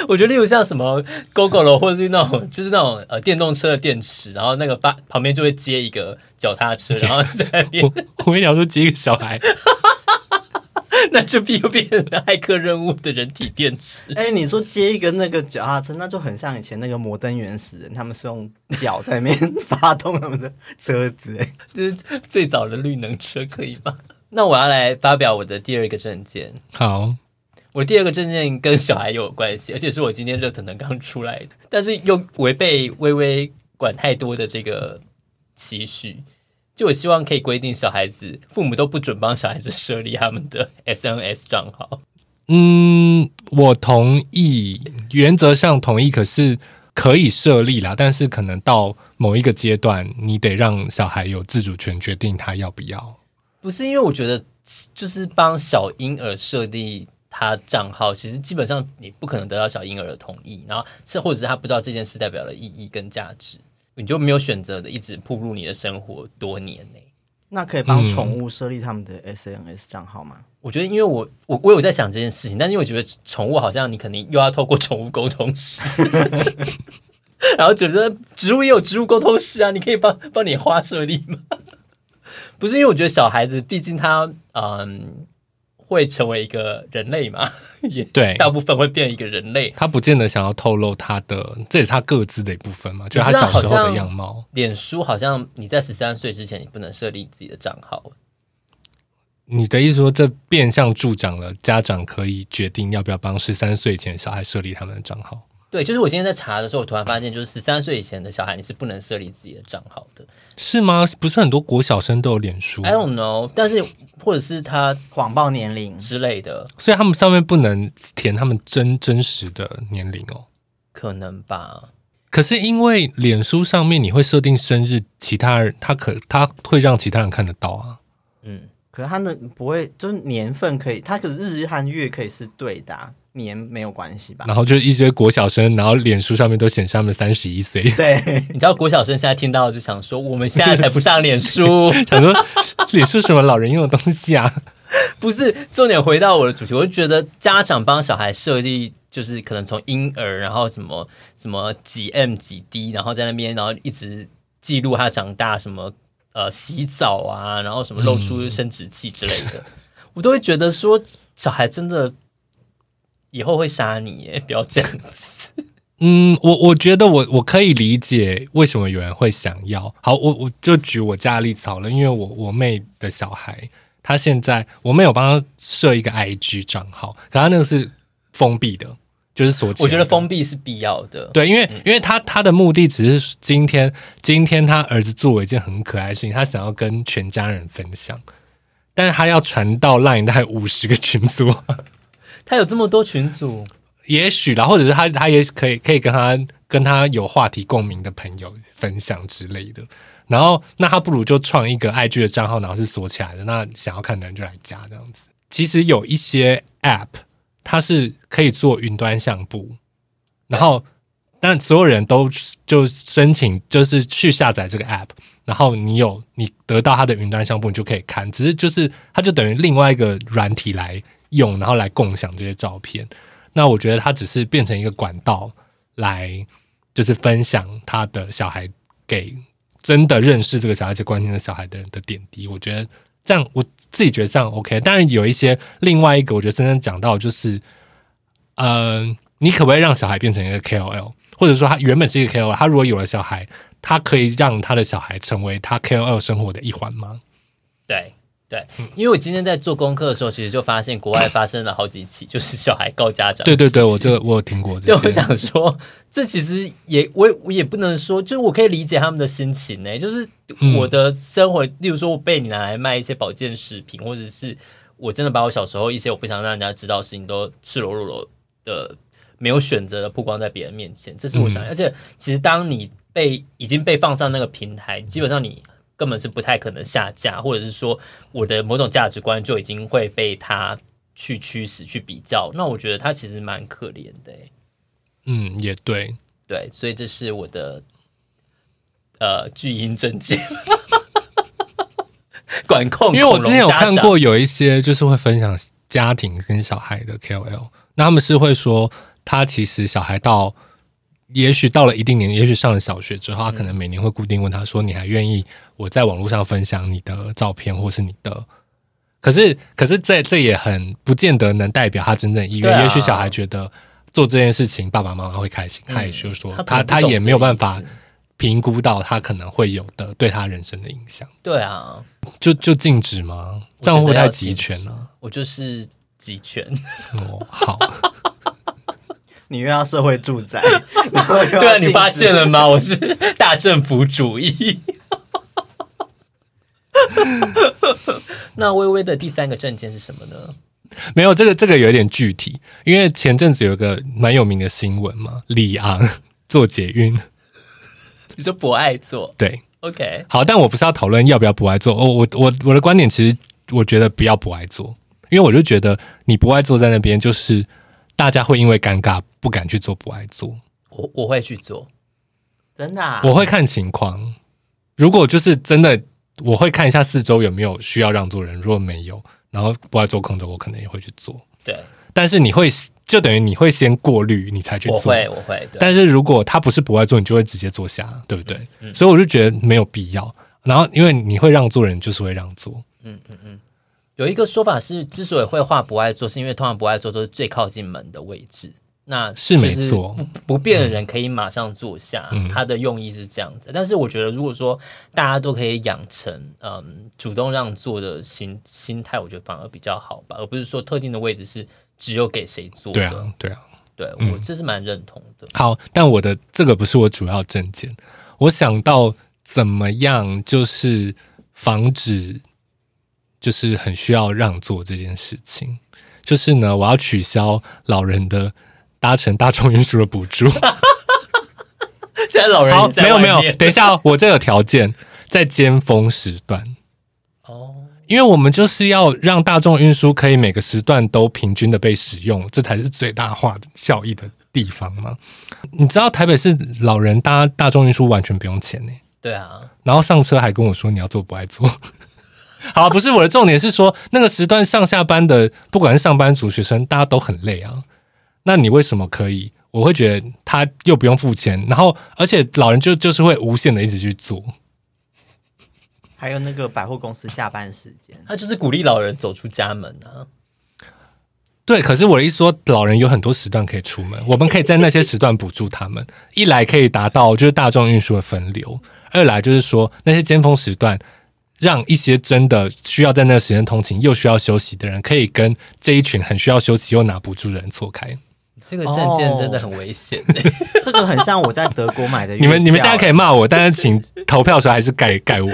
我觉得例如像什么 GoGo 了，或者是那种就是那种呃电动车的电池，然后那个发旁边就会接一个脚踏车，然后在那边
我我会聊出几个小孩，
那就变又变成骇客任务的人体电池。
哎、你说接一个那个脚踏车，那就很像以前那个摩登原始人，他们是用脚在那边发动他们的车 子、哎，
这是最早的绿能车可以吗？那我要来发表我的第二个证件。
好，
我第二个证件跟小孩有关系，而且是我今天热腾腾刚出来的，但是又违背微微管太多的这个期许。就我希望可以规定小孩子，父母都不准帮小孩子设立他们的 SNS 账号。
嗯，我同意，原则上同意，可是可以设立啦，但是可能到某一个阶段，你得让小孩有自主权决定他要不要。
不是因为我觉得，就是帮小婴儿设定他账号，其实基本上你不可能得到小婴儿的同意，然后是或者是他不知道这件事代表的意义跟价值，你就没有选择的一直步入你的生活多年呢、
那可以帮宠物设立他们的 SNS 账号吗？
我觉得，因为我我我有在想这件事情，但是因为我觉得宠物好像你肯定又要透过宠物沟通师，然后觉得植物也有植物沟通师啊，你可以帮帮你花设立吗？不是因为我觉得小孩子，毕竟他嗯会成为一个人类嘛， 也
对
大部分会变一个人类。
他不见得想要透露他的，这也是他各自的一部分嘛，就
可
他
是他
小时候
好
的
像
样貌。
脸书好像你在十三岁之前，你不能设立自己的账号，
你的意思说，这变相助长了家长可以决定要不要帮十三岁以前的小孩设立他们的账号？
对，就是我今天在查的时候，我突然发现，就是十三岁以前的小孩，你是不能设立自己的账号的。
是吗？不是很多国小生都有脸书，
I don't know，但是或者是他
谎报年龄，
之类的，
所以他们上面不能填他们真真实的年龄哦。
可能吧。
可是因为脸书上面你会设定生日，其他人他可他会让其他人看得到啊。
嗯，
可是它的不会，就是年份可以，它可是日和月可以是对的、啊，年没有关系吧？，
然后就一堆国小生，然后脸书上面都显示他们三十一岁
对，
你知道国小生现在听到就想说，我们现在才不上脸 书，
想说脸书什么老人用的东西啊？
不是重点。回到我的主题，我就觉得家长帮小孩设计，就是可能从婴儿，然后什么什么几 m 几 d，然后在那边，然后一直记录他长大什么呃洗澡啊，然后什么露出生殖器之类 的，我都会觉得说，小孩真的以后会杀你耶，不要这样
嗯，我我觉得我我可以理解为什么有人会想要。好，我我就举我家的例子好了，因为我我妹的小孩，她现在我妹有帮她设一个 IG 账号，可她那个是封闭的，就是锁起来的。
我觉得封闭是必要的。
对，因为因为他他的目的只是今天今天他儿子做了一件很可爱的事情，他想要跟全家人分享，但是他要传到 LINE 大概五十个群组，
他有这么多群组，
也许啦，或者是他他也可以可以跟他跟他有话题共鸣的朋友分享之类的。然后那他不如就创一个 IG 的账号，然后是锁起来的，那想要看的人就来加这样子。其实有一些 App 它是可以做云端相簿，然后但所有人都就申请，就是去下载这个 app，然后你有你得到它的云端相簿，你就可以看。只是就是它就等于另外一个软体来用，然后来共享这些照片。那我觉得它只是变成一个管道来，就是分享他的小孩给真的认识这个小孩且关心的小孩的人的点滴。我觉得这样我自己觉得这样 OK。当然有一些另外一个，我觉得深深讲到就是。嗯，你可不可以让小孩变成一个 KOL，或者说他原本是一个 KOL，他如果有了小孩，他可以让他的小孩成为他 KOL 生活的一环吗？
对对，因为我今天在做功课的时候，其实就发现国外发生了好几起，就是小孩告家长。
对对对，我这。个我有听过
对，
这
我
些。
想说，这其实也我也我也不能说，就是我可以理解他们的心情呢、就是
嗯
我的生活，例如说，我被你拿来卖一些保健食品，或者是我真的把我小时候一些我不想让人家知道的事情都赤裸裸的、没有选择的曝光在别人面前，这是我
嗯
想要。而且，其实当你被已经被放上那个平台，基本上你根本是不太可能下架，或者是说我的某种价值观就已经会被他去驱使、去比较。那我觉得他其实蛮可怜的、欸。
嗯，也对。
对，所以这是我的呃巨婴证件，管控。
因为我之
恐龙
前有
家
看
长嗯
过有一些就是会分享家庭跟小孩的 KOL，那他们是会说，他其实小孩到也许到了一定年龄，也许上了小学之后，他可能
嗯
每年会固定问他说：“你还愿意我在网络上分享你的照片或是你的？”可是，可是这这也很不见得能代表他真正的意
对
愿。
啊
也许小孩觉得做这件事情，爸爸妈妈会开心，他也就说
嗯他
他
可能
他
不懂
也
这
没有
个
办
意
法
思
评估到他可能会有的对他人生的影响。
对啊，
就就禁止吗？
我
这
觉
样
得
会不会太
要
集
禁止啊
权了、
我就是集权，
哦，好，
你又要社会 住宅，然后又要
对啊，
禁
你发
止
现了吗？我是大政府主义。 那微微的第三个证件是什么呢？
没有这个这个有点具体，因为前阵子有一个蛮有名的新闻嘛，李昂 做捷运，
你说不爱做
对，
，OK，
好，但我不是要讨论要不要不爱做，哦、我我我的观点其实我觉得不要不爱做，因为我就觉得你不爱做在那边，就是大家会因为尴尬不敢去做不爱做，
我我会去做。
真的、啊，
我会看情况，如果就是真的，我会看一下四周有没有需要让座人，如果没有，然后不爱做空的，我可能也会去做，
对，
但是你会就等于你会先过滤，你才去
我
做。
会，我会，对，嗯
但是如果他不是不爱做，你就会直接坐下，对不对？所以我就觉得没有必要。然后因为你会让座人，就是会让座。
有一个说法是，之所以会画不爱做，是因为通常不爱做都是最靠近门的位置。那
是没错
就是不不变的人可以马上坐下，
嗯
他的用意是这样子。但是我觉得，如果说大家都可以养成嗯主动让座的心心态，我觉得反而比较好吧，而不是说特定的位置是只有给谁坐的。
对啊，对啊。
对我这是蛮认同的。
好，但我的这个不是我主要证件。我想到怎么样，就是防止，就是很需要让座这件事情。就是呢，我要取消老人的搭乘大众运输的补助。
现在老人
好
已经，在
没有
外
没有，
面
等一下、哦，我这有条件，在尖峰时段。
哦，
因为我们就是要让大众运输可以每个时段都平均的被使用，这才是最大化效益的地方嘛。你知道台北市老人搭大众运输完全不用钱呢、
对啊，
然后上车还跟我说你要做不爱做。 好、啊，不是我的重点是说那个时段上下班的，不管是上班族、学生，大家都很累啊。那你为什么可以？我会觉得他又不用付钱，然后而且老人就就是会无限的一直去做。
还有那个百货公司下班时间，
他就是鼓励老人走出家门啊。
对，可是我一说老人有很多时段可以出门，我们可以在那些时段补助他们。一来可以达到就是大众运输的分流，二来就是说那些尖峰时段，让一些真的需要在那个时间通勤又需要休息的人，可以跟这一群很需要休息又拿补助的人错开。
这个证件
哦
真的很危险、欸
这个很像我在德国买的月
你
票。
们你们现在可以骂我，但是请投票的时候还是盖盖我。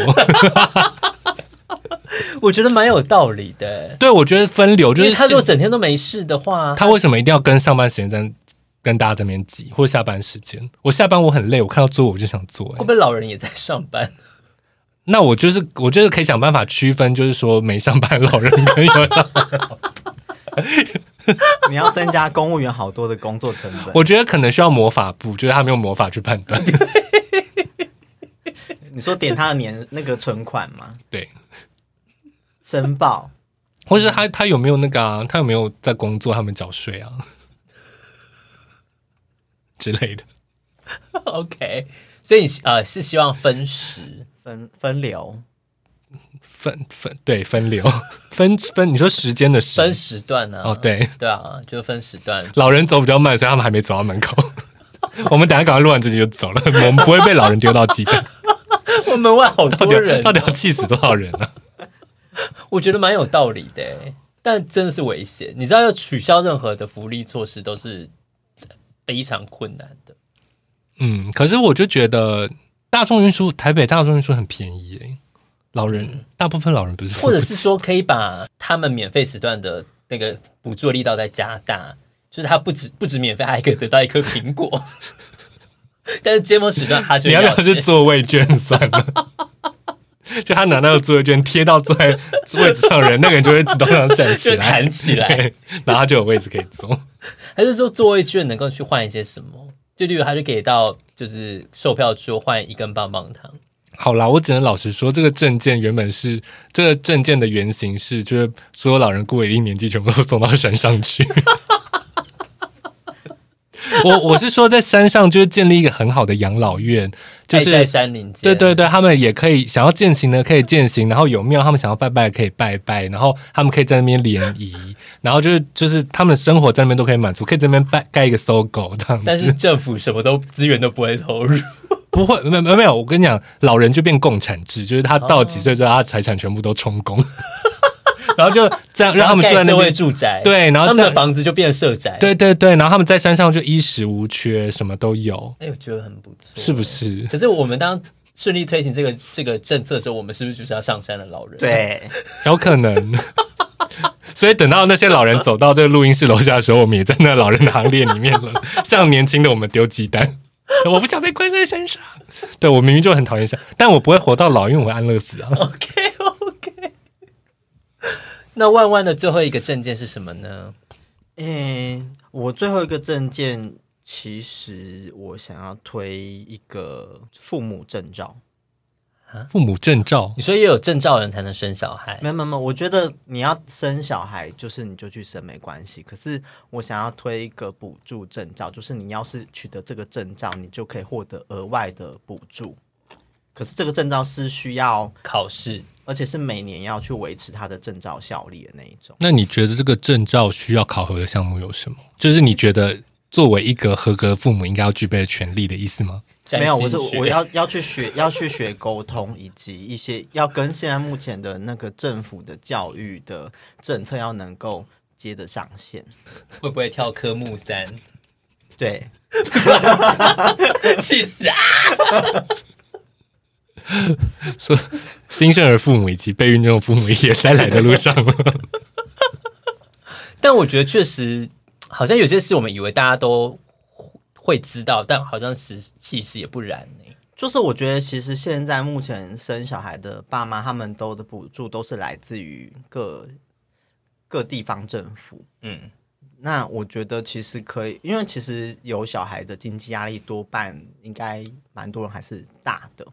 我觉得蛮有道理的。欸
对，我觉得分流就
因
是
为他如果整天都没事的话，
他为什么一定要跟上班时间在跟大家这边挤，或下班时间？我下班我很累，我看到座位我就想坐、欸
会不会老人也在上班？
那我就是我就是可以想办法区分，就是说没上班老人跟有上班，
你要增加公务员好多的工作成本。
我觉得可能需要魔法部，就是他们用魔法去判断。
你说点他的年那个存款吗？
对，
申报
或是他他有没有那个啊？他有没有在工作？他们缴税啊之类的。
OK，所以你呃是希望分时，
分分流，
分分对分流分分，你说时间的时
分时段呢、啊？
哦，对，
对啊，就分时段。
老人走比较慢，所以他们还没走到门口。 我们等一下赶快录完这集就走了，我们不会被老人丢到鸡蛋。
我门外好
到底
多人
要到底
哦、
要气死多少人啊？
我觉得蛮有道理的欸，但真的是危险。你知道要取消任何的福利措施都是非常困难的。
嗯，可是我就觉得大众运输，台北大众运输很便宜、欸，老人、大部分老人不是付
嗯或者
不
是
起
说可以把他们免费时段的那个补助力道再加大，就是他不止不止免费，还可以得到一颗苹果。 但是尖峰时段他 就
你要不要
钱
是座位券算了？ 就他拿那个座位券贴到坐在 位置上的人，那个人就会自动上站起
就
来
弹，起来，
对，然后他就有位置可以坐。
还是说座位券能够去换一些什么？就例如他就给到就是售票处换一根棒棒糖，
好啦，我只能老实说，这个证件原本是这个证件的原型是，就是所有老人过了一年纪，全部都送到山上去。我我是说，在山上就是建立一个很好的养老院，就
爱哎在
是
山林间。
对对对，他们也可以想要践行的可以践行，然后有庙他们想要拜拜可以拜拜，然后他们可以在那边联谊，然后就是就是他们的生活在那边都可以满足，可以在那边拜盖一个搜狗这样子。
但是政府什么都资源都不会投入，
不会，没有没有没有，我跟你讲，老人就变共产制，就是他到几岁之后，他财产全部都充公， 然后就这 样让他们住在
盖
那
社会
边。
住宅，，
对，然
他
后
们的
在
房子就变社宅。，
对对对，然后他们在山上就衣食无缺，什么都有，
哎，我觉得很不错，
是不？是？
可是我们当顺利推行这个这个政策的时候，我们是不是就是要上山的老人？，
对，
有可能。 所以等到那些老人走到这个录音室楼下的时候，我们也在那老人的行列里面 了，向年轻的我们丢鸡蛋。我不想被关在山上，对我明明就很讨厌山，但我不会活到老，因为我会安乐 死啊。
OK OK。那万万的最后一个证件是什么呢？
诶、我最后一个证件，其实我想要推一个父母证照。
父母证照
你说也有证照人才能生小孩
没有没有没有，我觉得你要生小孩，就是你就去生没关系。可是我想要推一个补助证照，就是你要是取得这个证照，你就可以获得额外的补助。可是这个证照是需要，
考试？
而且是每年要去维持它的证照效力的那一种。
那你觉得这个证照需要考核的项目有什么？就是你觉得作为一个合格父母应该要具备的权利的意思吗？
没有，我是
占星学
我要要去学 要去学沟通，以及一些要跟现在目前的那个政府的教育的政策要能够接得上线。
会不会跳科目三？
对，
气死啊！
说新生儿父母以及备孕中的父母也在来的路上了。
但我觉得确实，好像有些事我们以为大家都会知道，但好像实其实也不然欸呢、
就是我觉得其实现在目前生小孩的爸妈，他们都的补助都是来自于各各地方政府。
嗯，
那我觉得其实可以，因为其实有小孩的经济压力多半应该蛮多人还是大的。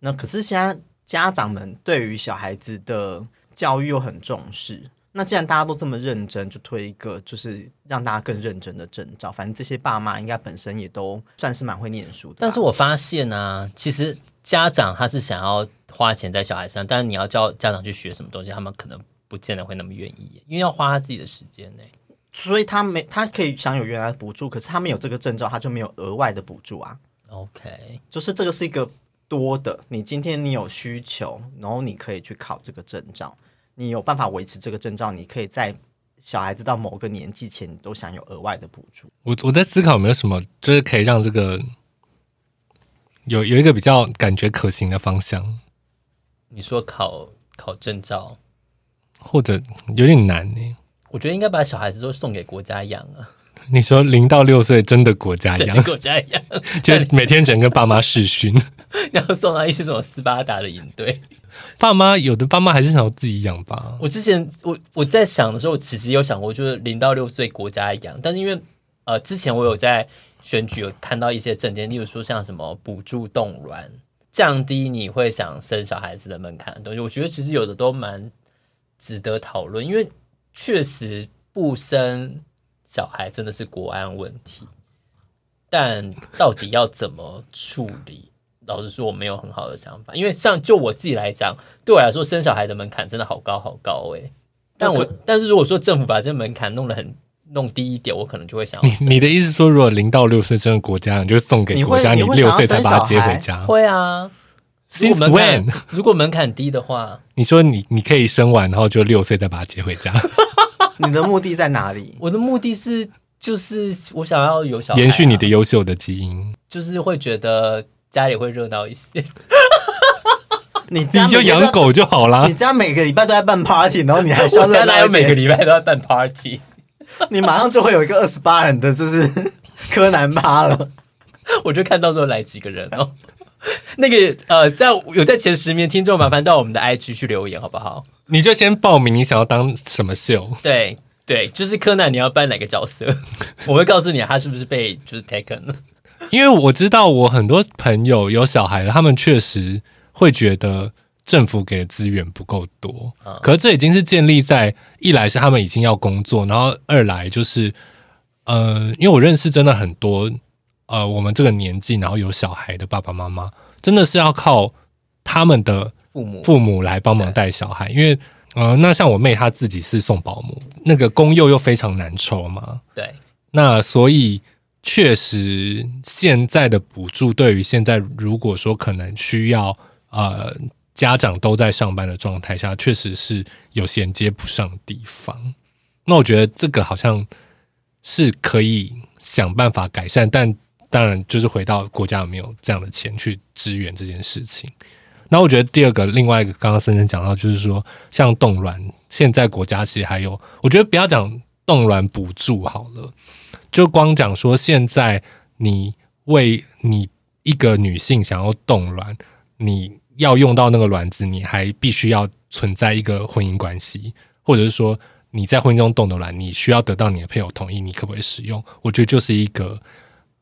那可是现在家长们对于小孩子的教育又很重视。那既然大家都这么认真，就推一个就是让大家更认真的证照。反正这些爸妈应该本身也都算是蛮会念书的吧。
但是我发现啊，其实家长他是想要花钱在小孩身上，但是你要教家长去学什么东西，他们可能不见得会那么愿意，因为要花他自己的时间欸呢、
所以他没他可以享有原来的补助，可是他没有这个证照，他就没有额外的补助啊。
OK，
就是这个是一个多的，你今天你有需求，然后你可以去考这个证照，你有办法维持这个证照，你可以在小孩子到某个年纪前，你都享有额外的补助。
我我在思考有没有什么，就是可以让这个有有一个比较感觉可行的方向，
你说考考证照，
或者有点难呢。
我觉得应该把小孩子都送给国家养啊，
你说零到六岁真的国家
整个
啊养，
国家养，
就每天整个爸妈试训，
然后送到一些什么斯巴达的营队。
爸妈有的爸妈还是想要自己养吧。
我之前我我在想的时候，我其实有想过，就是零到六岁国家养，但是因为呃，之前我有在选举有看到一些证件，例如说像什么补助冻卵，降低你会想生小孩子的门槛的东西，我觉得其实有的都蛮值得讨论，因为确实不生小孩真的是国安问题，但到底要怎么处理？老实说，我没有很好的想法，因为像就我自己来讲，对我来说生小孩的门槛真的好高好高诶、但我但是如果说政府把这门槛弄得很弄低一点，我可能就会
哦
想要
你
生
你的意思说，如果零到六岁真的国家养，就送给国家，
你
你
会
六岁才把他接回家。
会啊。如
Since
果门槛
when？
如果门槛低的话，
你说你你可以生完，然后就六岁再把他接回 家，
你的目的在哪里？
我的目的是就是我想要有小孩啊、
延续你的优秀的基因，
就是会觉得家里会热闹 一些。
你家
你就
每个
养狗就好啦
你。家每个礼拜都在办 party，然后你还需要
我家
热闹
哪
一
有每个
点
礼拜都要办 party？啊
你马上就会有一个二十八人的，就是 柯南趴了。
我就看到时候来几个人哦。 那个呃，在有在前十名听众，麻烦到我们的 IG 去留言好不好？
你就先报名你想要当什么秀。
对对，就是柯南，你要扮哪个角色？ 我会告诉你他是不是被就是 taken 了。
因为我知道我很多朋友有小孩了，他们确实会觉得政府给的资源不够多。
嗯
可是这已经是建立在一来是他们已经要工作，然后二来就是呃，因为我认识真的很多呃，我们这个年纪然后有小孩的爸爸妈妈，真的是要靠他们的
父母
父母来帮忙带小孩，因为呃，那像我妹她自己是送保姆，那个公幼又非常难抽嘛，
对，
那所以确实，现在的补助对于现在如果说可能需要呃家长都在上班的状态下，确实是有衔接不上的地方。那我觉得这个好像是可以想办法改善，但当然就是回到国家有没有这样的钱去支援这件事情。那我觉得第二个，另外一个刚刚森森讲到，就是说像冻卵，现在国家其实还有，我觉得不要讲冻卵补助好了，就光讲说现在你为你一个女性想要冻卵，你要用到那个卵子，你还必须要存在一个婚姻关系，或者是说你在婚姻中冻的卵，你需要得到你的配偶同意，你可不可以使用？我觉得就是一个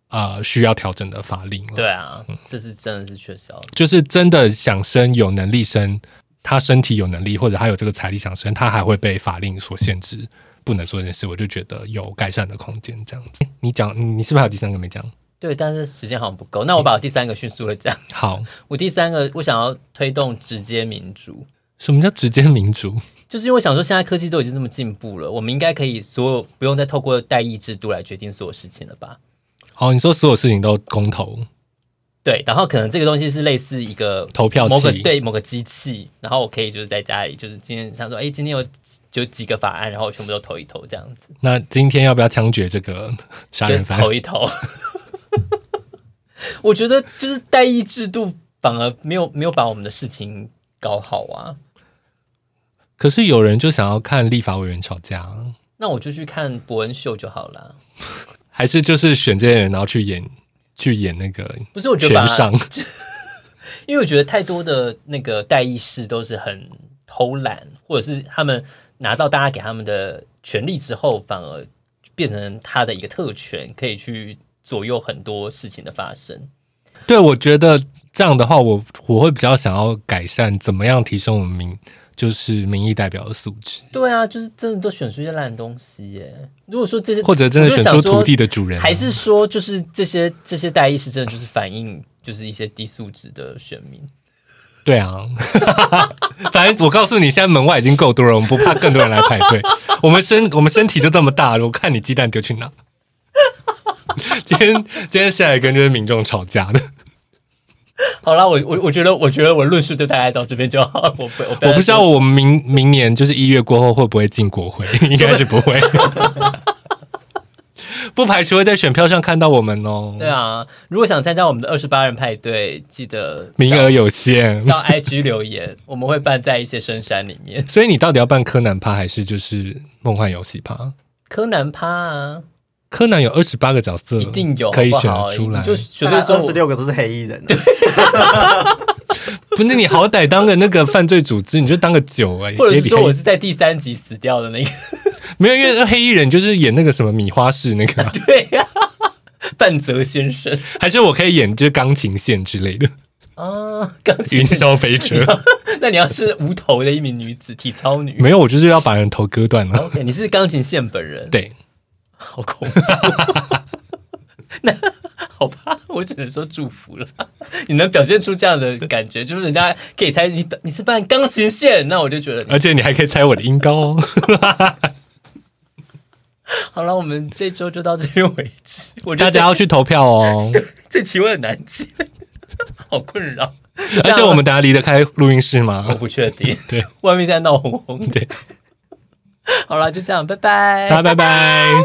呃需要调整的法令了。
对啊，这是真的是确实要
就是真的想生有能力生，他身体有能力或者他有这个财力想生，他还会被法令所限制，不能做这件事。我就觉得有改善的空间。这样子，诶你讲你你是不是还有第三个没讲？
对，但是时间好像不够。那我把我第三个迅速的讲，
好，
我第三个我想要推动直接民主，
什么叫直接民主？
就是因为我想说现在科技都已经这么进步了，我们应该可以所有不用再透过代议制度来决定所有事情了吧？
哦，你说所有事情都公投
对，然后可能这个东西是类似一个
投票
某个
器？
对某个机器，然后我可以就是在家里，就是今天想说，哎，今天有有几个法案，然后我全部都投一投这样子，
那今天要不要枪决这 个杀
就
人犯？
投一投。 我觉得就是代议制度反而没有没有把我们的事情搞好啊。
可是有人就想要看立法委员吵架，
那我就去看伯恩秀就好了。啊
还是就是选这些人，然后去演去演那个
不是，我觉得
悬
反而，
赏？
因为我觉得太多的那个代议士都是很偷懒，或者是他们拿到大家给他们的权利之后，反而变成他的一个特权，可以去左右很多事情的发生。
对，我觉得这样的话，我我会比较想要改善怎么样提升我们民就是民意代表的素质，
对啊，就是真的都选出一些烂东西耶。如果说这些，
或者真的
我就
选
想
出
说
土地的主人啊、
还是说就是这些这些代议士真的就是反映就是一些低素质的选民。
对啊。 反正我告诉你，现在门外已经够多人，我们不怕更多人来排队。 我们身我们身体就这么大了，我看你鸡蛋丢去哪。 今天今天下一根就是民众吵架的，
好啦，我我我觉得我觉得我论述就大概到这边就好。我不我不要
我
再
不知道
说
我们明明年就是一月过后会不会进国会， 应该是不会，不排除会在选票上看到我们哦。
对啊，如果想参加我们的二十八人派对，记得
名额
到
有限，
到 IG 留言， 我们会办在一些深山里面。
所以你到底要办柯南趴还是就是梦幻游戏趴？
柯南趴啊，
柯南有二十八个角色，
一定有，
嗯可以
好不
选
好
得出来
你。就绝
大
对
概
说
二
我
十六个都是黑衣人、啊，
不是你好歹当个那个犯罪组织，你就当个九哎、
或者
也
是
比
说
黑
我是在第三集死掉的那个，
没有，因为黑衣人就是演那个什么米花式那个啊，
对呀、半泽先生
还是我可以演就是钢琴线之 类的，
啊，钢
云
琴。
霄飞车。
那你要是无头的一名女子，体操女
没有，我就是要把人头割断 了。
，OK，你是钢琴线本人，
对，
好恐怖。 那好吧，我只能说祝福了。你能表现出这样的感觉，就是人家可以猜你你是扮钢琴线，那我就觉得
而且你还可以猜我的音高哦。
好了。我们这周就到这边为止。我觉
大
得
家要去投票 哦，
这这期我很难接， 好困扰。
而且我们等下离得开录音室吗
我？不确定，
对，
外面现在闹哄哄。
对，
好了，就这样，拜拜，
大家拜拜。